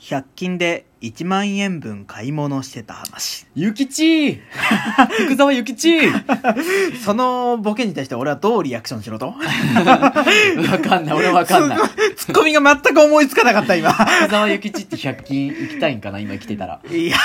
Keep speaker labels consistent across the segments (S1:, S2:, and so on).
S1: 100均で1万円分買い物してた話。
S2: ゆきち福沢ゆきち
S1: そのボケに対して俺はどうリアクションしろと
S2: わかんない、俺わかんない。
S1: ツッコミが全く思いつかなかった今。
S2: 福沢ゆきちって100均行きたいんかな、今来てたら。
S1: いや、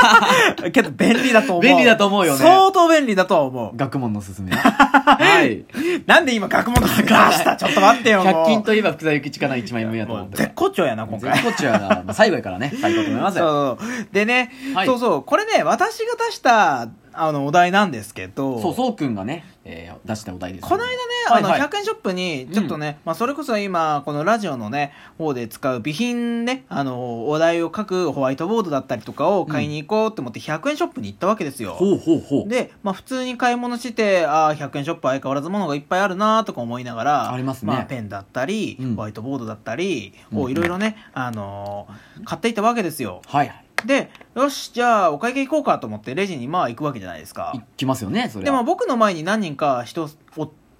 S1: けど便利だと思う。
S2: 便利だと思うよね
S1: 相当便利だとは思う。
S2: 学問のすすめ。はい。
S1: なんで今学問の話出した ちょっと待ってよ。もう
S2: 100均といえば福沢ゆきちかな、一枚目やと思
S1: も
S2: っ
S1: う
S2: て
S1: 絶
S2: る。
S1: 好調やな、今回。
S2: 絶好調やな。まあ最後 やからね。最高と思いますよ。
S1: そうそうでね、
S2: はい
S1: そうそう、これね、私が出した、あの、お題なんですけど、
S2: そう、そうくんがね、えー出したお題です、
S1: この間ね、
S2: は
S1: あ
S2: い
S1: の、
S2: はい
S1: 100円ショップに、ちょっとね、まあ、それこそ今、このラジオのね、方で使う備品ね、あの、お題を書くホワイトボードだったりとかを買いに行こうって思って、100円ショップに行ったわけですよ。
S2: ほうほうほう。
S1: で、まあ、普通に買い物して、ああ、100円ショップ相変わらずものがいっぱいあるなーとか思いながら、
S2: ありますね
S1: あ、ペンだったり、
S2: うん
S1: ホワイトボードだったり、こ
S2: う
S1: うんいろいろね、あのー買っていったわけですよ。
S2: はいはい。
S1: で、よし、じゃあ、お会計行こうかと思って、レジにまあ行くわけじゃないですか
S2: 行。きますよね、それ
S1: で
S2: は。
S1: も、僕の前に何人か人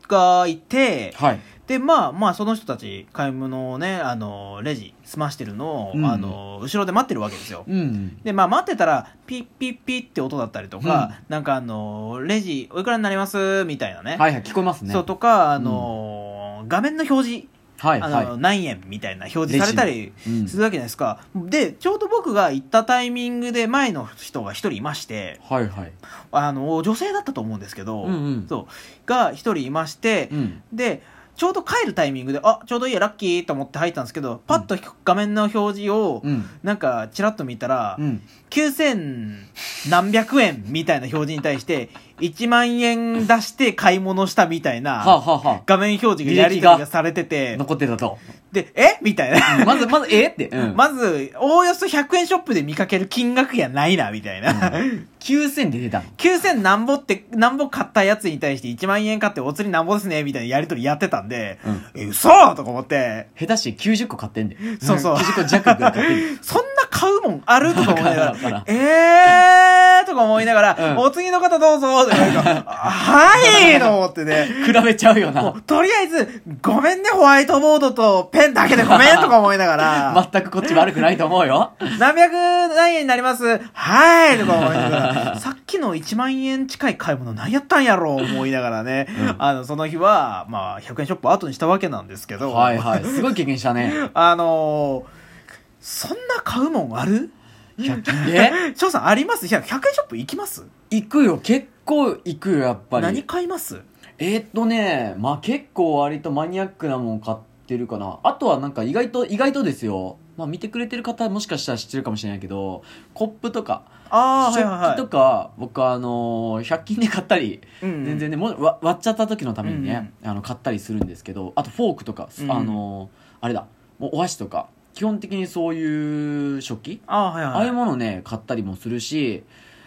S1: がいて、
S2: はい。
S1: で、まあまあ、その人たち、買い物をね、あのーレジ、済ましてるのを、
S2: うん
S1: あのー後ろで待ってるわけですよ。
S2: うん。
S1: で、まあ待ってたら、ピッピッピッって音だったりとか、なんかあのーレジ、おいくらになりますみたいなね。
S2: はいはい、聞こえますね。
S1: そう、とか、あのー画面の表示、
S2: はい
S1: あ
S2: はい。
S1: のー何円みたいな表示されたり
S2: うん
S1: するわけじゃないですか。で、ちょうど僕が行ったタイミングで前の人が一人いまして、
S2: はいはい。
S1: あのー女性だったと思うんですけど、
S2: うんうん
S1: そう、が一人いまして、
S2: うん。
S1: で、ちょうど帰るタイミングで、あ、ちょうどいいや、ラッキーと思って入ったんですけど、パッと画面の表示を、
S2: うん。
S1: なんか、チラッと見たら、
S2: うん。
S1: 9000何百円みたいな表示に対して、1万円出して買い物したみたい
S2: はあ、
S1: な、
S2: はあは
S1: 画面表示がやり取り
S2: 履歴が
S1: がされて
S2: あ、
S1: て、
S2: 残ってたと。
S1: で、えみたいな。
S2: まず、まず、えーって。う ん。
S1: まず、おおよそ100円ショップで見かける金額やないな、みたいな。
S2: 9000で出たの。
S1: 9000なんぼって、なんぼ買ったやつに対して1万円買ってお釣りなんぼですね、みたいなやり取りやってたんで、
S2: うん
S1: え、嘘とか思って、
S2: 下手して90個買ってんで。
S1: そうそうん
S2: 90個弱ぐらい買ってんで。
S1: そんな買うもんあるとか思いな
S2: わからんわ
S1: がら、えーとか思いながら、
S2: うん
S1: お次の方どうぞとか言 うから、はいと思ってね。
S2: 比べちゃうよ
S1: も
S2: な。
S1: うとりあえず、ごめんね、ホワイトボードとペンだけでごめんとか思いなが ら、
S2: 全くこっち悪くないと思うよ。
S1: 何百何円になりますはいとか思いながら、さっきの1万円近い買い物何やったんやろう思いながらね、
S2: うん
S1: あの、その日は、まあ、100円ショップを後にしたわけなんですけど、
S2: はいはい。すごい経験したね。
S1: あのーそんな買うもんある
S2: 100均で
S1: 翔さんありますいや100円ショップ行きます
S2: 行くよ。結構行くよ、やっぱ
S1: 何
S2: り。
S1: 買います
S2: えーっとね、まあ結構割とマニアックなもん買ってるかな。あとはなんか意外と、意外とですよ。まあ見てくれてる方もしかしたら知ってるかもしれないけど、コップとか、
S1: あ
S2: 食器とか、僕はあのー、100均で買ったり、
S1: うん
S2: 全然ねもうわ割っちゃった時のためにね、あの買ったりするんですけどあとフォークとか、す
S1: うん
S2: あのーあれだもうお箸とか基本的にそういう食器、
S1: ああはいはい
S2: ああいうものをね買ったりもするし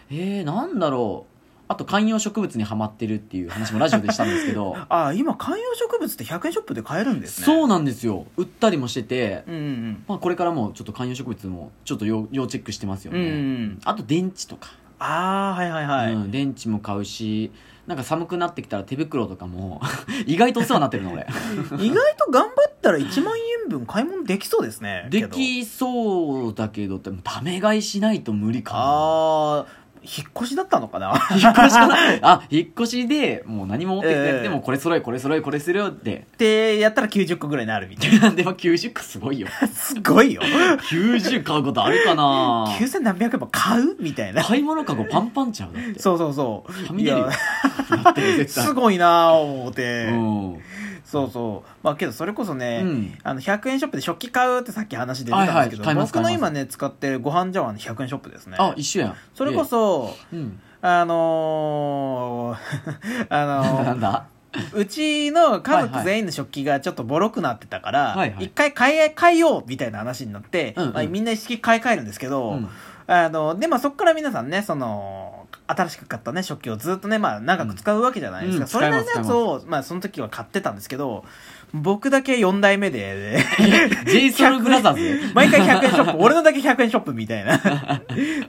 S2: えー、なんだろうあと観葉植物にはまってるっていう話もラジオでしたんですけ ど
S1: ああ今観葉植物って100円ショップで買えるんですね
S2: そううなんですよ売ったりもしてて、
S1: うんうん
S2: まあ、これからもちょっと観葉植物もちょっと要要チェックしてますよ
S1: うんう
S2: ね、
S1: んうん
S2: あと電池とか
S1: ああはいはいはい、
S2: うん、電池も買うしなんか寒くなってきたら手袋とかも 意外とお世話になってるの俺
S1: 意外と頑張ったら1万円分買い物できそうですね
S2: で
S1: けど
S2: きそうだけどでもダメ買いしないと無理か
S1: ああ引っ越しだったのかな
S2: な引っ越しかな あ引っ越しでもう何も持ってきてなくて、
S1: ええ
S2: もうこれ揃えこれ揃えこれするよって
S1: でやったら90個ぐらいになるみたい
S2: でも90個すごいよ
S1: な すごいよ
S2: 90買う ことあるかな
S1: 9000何百円も買うみた いな
S2: 買い物かごパンパンちゃうだって
S1: そうそうそう
S2: はみ出るよ
S1: いや
S2: なってる絶対
S1: すごいなあ思って、
S2: うん、
S1: そうそうまあけどそれこそね、
S2: うん
S1: あの100円ショップで食器買うってさっき話出てたんですけど、
S2: はいはい買います
S1: 僕の
S2: 買いま
S1: 今ね使ってるご飯茶碗の100円ショップですね
S2: あ一緒やん
S1: それこ、そ
S2: ええうん、
S1: あのー、
S2: なんだな
S1: あの
S2: ん
S1: ー
S2: だ
S1: うちの家
S2: はいは
S1: 族
S2: い
S1: 全員の食器がちょっとボロくなってたから、
S2: はいはい
S1: 一回買え買えようみたいな話になって、
S2: うんうん
S1: まあ、みんな一式買い替えるんですけど、
S2: うん
S1: あのでまあそこから皆さんねその新しく買ったね食器をずっとねまあ長く使うわけじゃないですか、
S2: うん
S1: それなり
S2: 使
S1: の
S2: いま
S1: や
S2: す
S1: つをまあその時は買ってたんですけど僕だけ4代目で、
S2: ジェイソルブラザー ズ
S1: 毎回100円ショップ、俺のだけ100円ショップみたいな。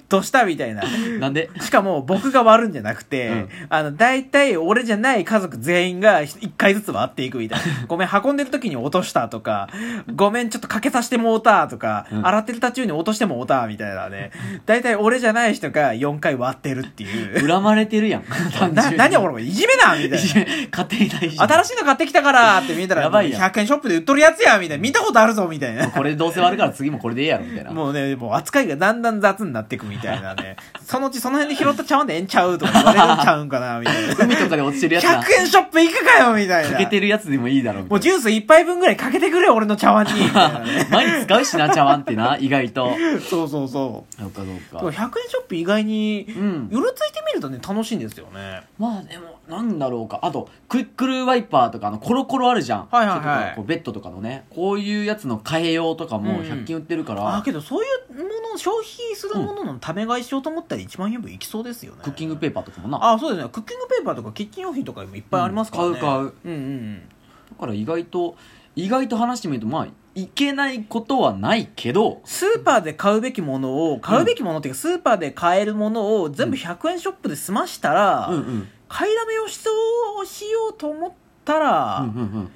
S1: どうしたみたいな。
S2: なんで
S1: しかも僕が割るんじゃなくて、
S2: うん
S1: あの、大体俺じゃない家族全員が1回ずつ割っていくみたい な。ごめん、運んでる時に落としたとか、ごめん、ちょっとかけさせてもうたとか、
S2: うん
S1: 洗ってる途中に落としてもうたみたいなね。大体俺じゃない人が4回割ってるって いう。
S2: 恨まれてるやん。
S1: な、何俺もいじめなんみたいな。
S2: 家庭大事。
S1: 新しいの買ってきたからって見たら、
S2: やばいやん
S1: 100円ショップで売っとるやつやみたいな。見たことあるぞみたいな。
S2: これどうせ割るから次もこれでええやろ、みたいな。
S1: もうね、もう扱いがだんだん雑になっていくみたいなね。そのうちその辺で拾ったちゃうんでええんちゃうとか言われるんちゃうんかなみたいな。
S2: 海とかで落ちてるやつな
S1: 100。円ショップ行くかよみたいな。
S2: かけてるやつでもいいだろ、みた
S1: も
S2: いう
S1: ジュース1杯分ぐらいかけてくれよ、俺の茶 碗に。みたいなね
S2: な。毎日使うしな、茶碗って な、意外と。
S1: そうそうそ
S2: そうかそう
S1: う。100円
S2: か。
S1: ショップ意外に、
S2: うん
S1: うろついてみるとね、楽しいんですよね。
S2: まあでも、なんだろうか。あと、クイックルワイパーとか、あの、コロコロあるじゃん。
S1: はいはいはい
S2: ちょっとこうベッドとかのね、こういうやつの替え用とか
S1: うん
S2: も100均売ってるから、
S1: あ、けどそういうもの、消費するもののため買いしようと思ったら1万円分いきそうですよね。
S2: クッキングペーパーとかもな。
S1: あそうですねクッキングペーパーとかキッチン用品とかもいっぱいありますからね、
S2: うん買う
S1: 買ううんうんうん
S2: だから意外と、意外と話してみると、まあ、いけないことはないけど、
S1: スーパーで買うべきものを買うべきものっていうかスーパーで買えるものを全部100円ショップで済ましたら、
S2: うんうん。
S1: 買いだめをしそうしようと思ったら、
S2: うんうんうん。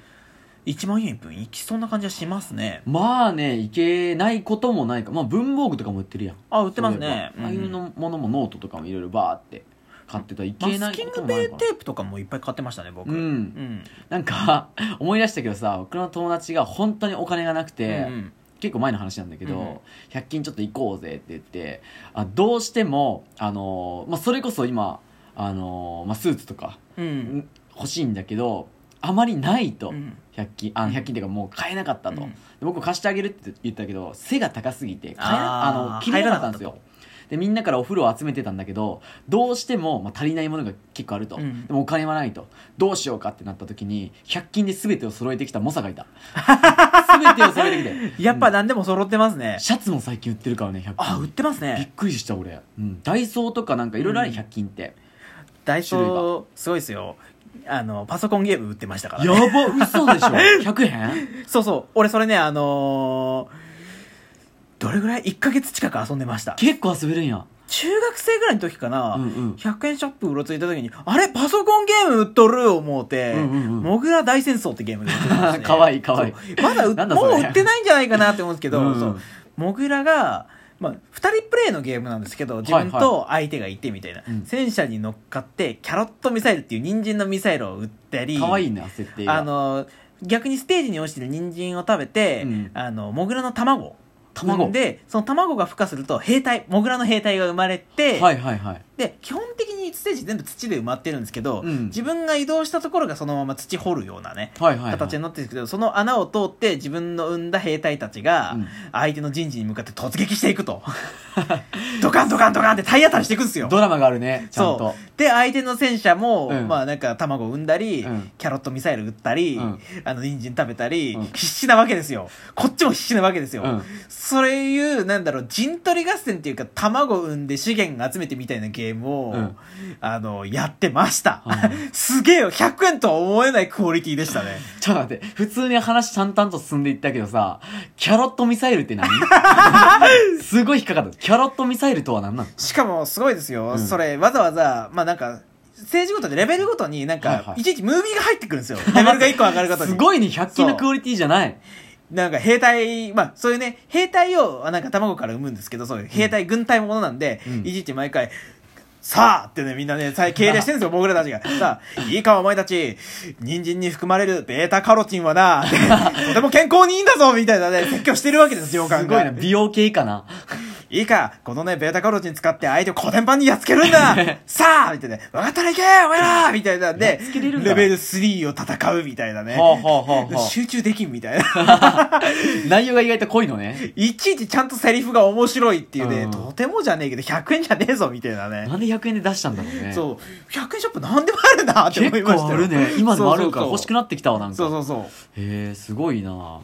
S1: 1万円分いきそうな感じはしますね
S2: まあね、いけないこともないか。まあ、文房具とかも売ってるやん。売っ
S1: あ売ってますね
S2: ああいうのものもノートとかもいろいろバーって買ってたらい
S1: マ
S2: けな
S1: ス
S2: い
S1: キン
S2: こと
S1: グ
S2: も
S1: テ
S2: ないか
S1: ー
S2: ら。
S1: プとかもいっぱい買ってましたね僕
S2: うん
S1: うん
S2: なんか、 思い出したけどさ、僕の友達が本当にお金がなくて、
S1: うんうん
S2: 結構前の話なんだけど、
S1: うんうん
S2: 100均ちょっと行こうぜって言って、あどうしても、あのーまあ、それこそ今、あのーまあ、スーツとか
S1: うん
S2: 欲しいんだけど、あまりないと。
S1: うん
S2: 100均あ100均っていうかもう買えなかったと、
S1: うん
S2: で僕貸してあげるって言ったけど背が高すぎて買え
S1: あ
S2: な
S1: ー
S2: あの着れなかったんですよでみんなからお風呂を集めてたんだけどどうしても、まあ、足りないものが結構あると、
S1: うん
S2: でもお金はないとどうしようかってなった時に100均で全てを揃えてきた猛者がいた 全てを揃えてきて
S1: やっぱ何でも揃ってますね、
S2: シャツも最近売ってるからね100均
S1: あ売ってますね
S2: びっくりした俺、うん、ダイソーとかなんかいろいろある
S1: うん
S2: 100均って、
S1: ダイ
S2: 種
S1: ソー、すごいですよ。あの、パソコンゲーム売ってましたから、
S2: や
S1: ね。
S2: ば嘘でしょ 100円
S1: そうそう。俺それね、あのーどれぐらい ?1 ヶ月近く遊んでました。
S2: 結構遊べるんや
S1: 中学生ぐらいの時かな、
S2: うんうん
S1: 100円ショップうろついた時に、あれパソコンゲーム売っとる思うて、
S2: うんうんうん。
S1: モグラ大戦争ってゲームで売ってました、ね
S2: かわいいかわいい
S1: そうまだう
S2: なんだそ
S1: も
S2: れ
S1: う売ってないんじゃないかなって思うんですけど、
S2: うんうん
S1: そうモグラが、まあ、二人プレイのゲームなんですけど、自分と相手がいてみたいな。
S2: いはいうん
S1: 戦車に乗っかって、キャロットミサイルっていう人参のミサイルを撃ったり、
S2: かわいいな設定が
S1: あの逆にステージに落ちてる人参を食べて、
S2: うん
S1: あのモグラの卵
S2: 卵
S1: 産んでその卵が孵化すると兵隊モグラの兵隊が生まれて、
S2: はいはいはい
S1: で基本的にステージ全部土で埋まってるんですけど、
S2: うん
S1: 自分が移動したところがそのまま土掘るようなね
S2: はいはい、はい、
S1: 形になってるんですけど、その穴を通って自分の産んだ兵隊たちが、
S2: うん
S1: 相手の陣地に向かって突撃していくと ドカンドカンドカンって体当たりしていくんですよ
S2: ドラマがあるねちゃん
S1: そ
S2: と
S1: う。で、相手の戦車も、
S2: うん
S1: まあなんか卵を産んだり、
S2: うん
S1: キャロットミサイル撃ったり、
S2: うん
S1: あの、人参食べたり、
S2: うん
S1: 必死なわけですよ。こっちも必死なわけですよ。
S2: うん
S1: そういう、なんだろう、陣取り合戦っていうか、卵を産んで資源集めてみたいなゲームを、
S2: うん
S1: あの、やってました。
S2: は
S1: すげえよ、100円とは思えないクオリティでしたね。
S2: ちょっと待って普通に話淡々と進んでいったけどさキャロットミサイルっ て何すごい引っかかったキャロットミサイルとは何なの
S1: しかも、すごいですよ。
S2: うん
S1: それ、わざわざ、まあなんか、政治ごとでレベルごとになんか、
S2: はいいはい
S1: ちいちムービーが入ってくるんですよ。レベルが1個上がるごとに。
S2: すごいね100均のクオリティじゃない
S1: なんか兵隊、まあそういうね、兵隊を、あなんか卵から産むんですけど、そういう兵隊、軍隊ものなんで、
S2: うん
S1: いちいち毎回、さあってね、みんなね、さ敬礼してるんですよ、僕らたちが。さあ、いいかお前たち、人参に含まれるベータカロテンはな、 とても健康にいいんだぞみたいなね、説教してるわけですよ、
S2: すごい
S1: 上官が
S2: な美容系かない
S1: いか、このね、ベータカロテン使って相手をコテンパンにやっつけるん ださあみたいな、分かったらいけお前らみたいなんで
S2: やっつけれる、んだ
S1: レベル3を戦うみたいなね。
S2: はあはあは あは
S1: 集中できんみたいな。
S2: あ内容が意外と濃いのね
S1: いちいちちゃんとセリフが面白いっていうね、
S2: うん
S1: とてもじゃねえけど、100円じゃねえぞ、みたいなね。
S2: なんで100円で出したんだろうね
S1: そう。100円ショップなんでもあるなって思い
S2: 結
S1: ました
S2: 構ある ね今でもあるから欲しく
S1: な
S2: なってきたわなんか
S1: そうそうそう。
S2: へえすごいな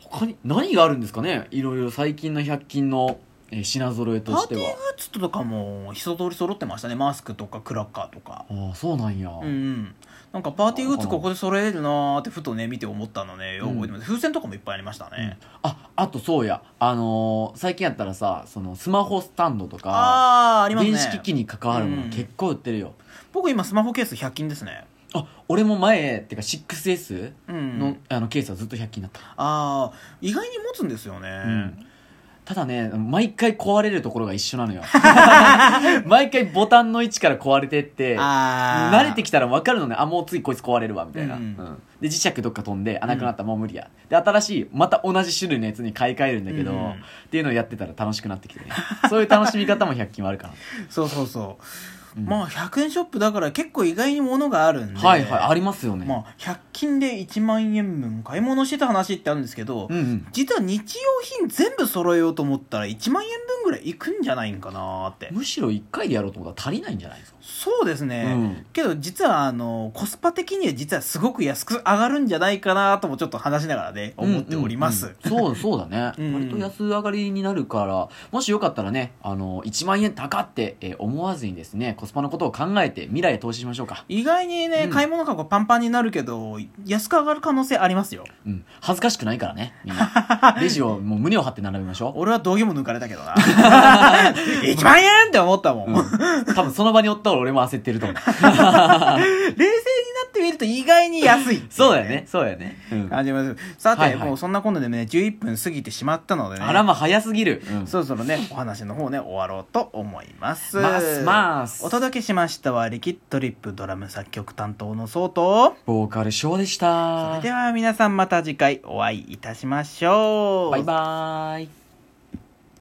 S2: 他に何があるんですかねいろいろ最近の100均のえー品揃えと
S1: パー
S2: して
S1: ティーグ
S2: は
S1: ッズとかも一通り揃ってましたねマスクとかクラッカーとか
S2: ああそうなんや、
S1: うんうんなんかパーティーグッズここで揃えるなーってふとね見て思ったのねよく覚えてます、風船とかもいっぱいありましたね、
S2: ああとそうやあのー最近やったらさそのスマホスタンドとか
S1: ああーありますね
S2: 電子機器に関わるもの
S1: うん
S2: 結構売ってるよ、
S1: 僕今スマホケース100均ですね
S2: あ俺も前ってか 6S
S1: うん
S2: の,、あのケースはずっと100均だった
S1: ああ意外に持つんですよね、
S2: ただね毎回壊れるところが一 緒なのよ毎回ボタンの位置から壊れてって
S1: ああ
S2: 慣れてきたら分かるのねあもう次こいつ壊れるわみたいな、
S1: うんうん
S2: うんで磁石どっか飛んであなくなった、もう無理やで新しいまた同じ種類のやつに買い替えるんだけど、
S1: うんうん
S2: っていうのをやってたら楽しくなってきてね そういう楽しみ方も100均はあ るかな、
S1: そうそうそう、
S2: うん
S1: まあ100円ショップだから結構意外に物があるんで
S2: はいはいありますよね、
S1: まあ、100均で1万円分買い物してた話ってあるんですけど、
S2: うんうん
S1: 実は日用品全部揃えようと思ったら1万円分ぐらいいくんじゃないんかなーって
S2: むしろ1回でやろうと思ったら足りないんじゃないですか、
S1: そうですね、
S2: うん
S1: けど実はあのコスパ的には実はすごく安く上がるんじゃないかなともちょっと話しながらね思っております、
S2: うんうんうんそうそうだね
S1: うんうん
S2: 割と安上がりになるからもしよかったらねあの1万円高ってえー思わずにですねコスパのことを考えて未来へ投資しましょうか、
S1: 意外にね、
S2: うん
S1: 買い物かごパンパンになるけど安く上がる可能性ありますよ
S2: うん、恥ずかしくないからねみん なレジをもう胸を張って並びましょう
S1: 俺は道義も抜かれたけど な1万円って思ったもん、冷
S2: 多分その場におったら俺も焦ってる と思う
S1: 静になってみると意外に安いってい
S2: そうだよねそうだよね、うん
S1: 感じますさて、
S2: はいはい
S1: もうそんなことでね11分過ぎてしまったのでね
S2: あらま早すぎる、うん
S1: そろそろねお話の方ね終わろうと思います
S2: ますます
S1: お届けしましたはリキッドリップドラム作曲担当のソウと
S2: ボーカルショーでし
S1: そ
S2: た
S1: れでは皆さんまた次回お会いいたしましょう
S2: バイバーイ